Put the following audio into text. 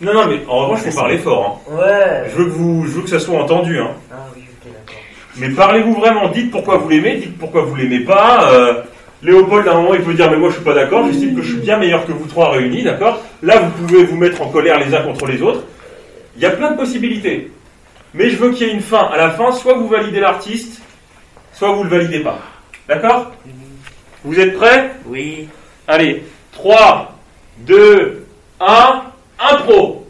Non, non, mais en revanche, C'est faut ça. parler fort. hein. Ouais. Je veux que vous, je veux que ça soit entendu. hein. Ah oui, ok, d'accord. Mais parlez-vous vraiment. Dites pourquoi vous l'aimez. Dites pourquoi vous l'aimez pas. euh, Léopold, à un moment, il peut dire mais moi, je suis pas d'accord. J'estime que je suis bien meilleur que vous trois réunis, d'accord. Là, vous pouvez vous mettre en colère les uns contre les autres. Il y a plein de possibilités. Mais je veux qu'il y ait une fin. À la fin, soit vous validez l'artiste, soit vous le validez pas. D'accord Vous êtes prêts Oui. Allez, 3, 2, 1, impro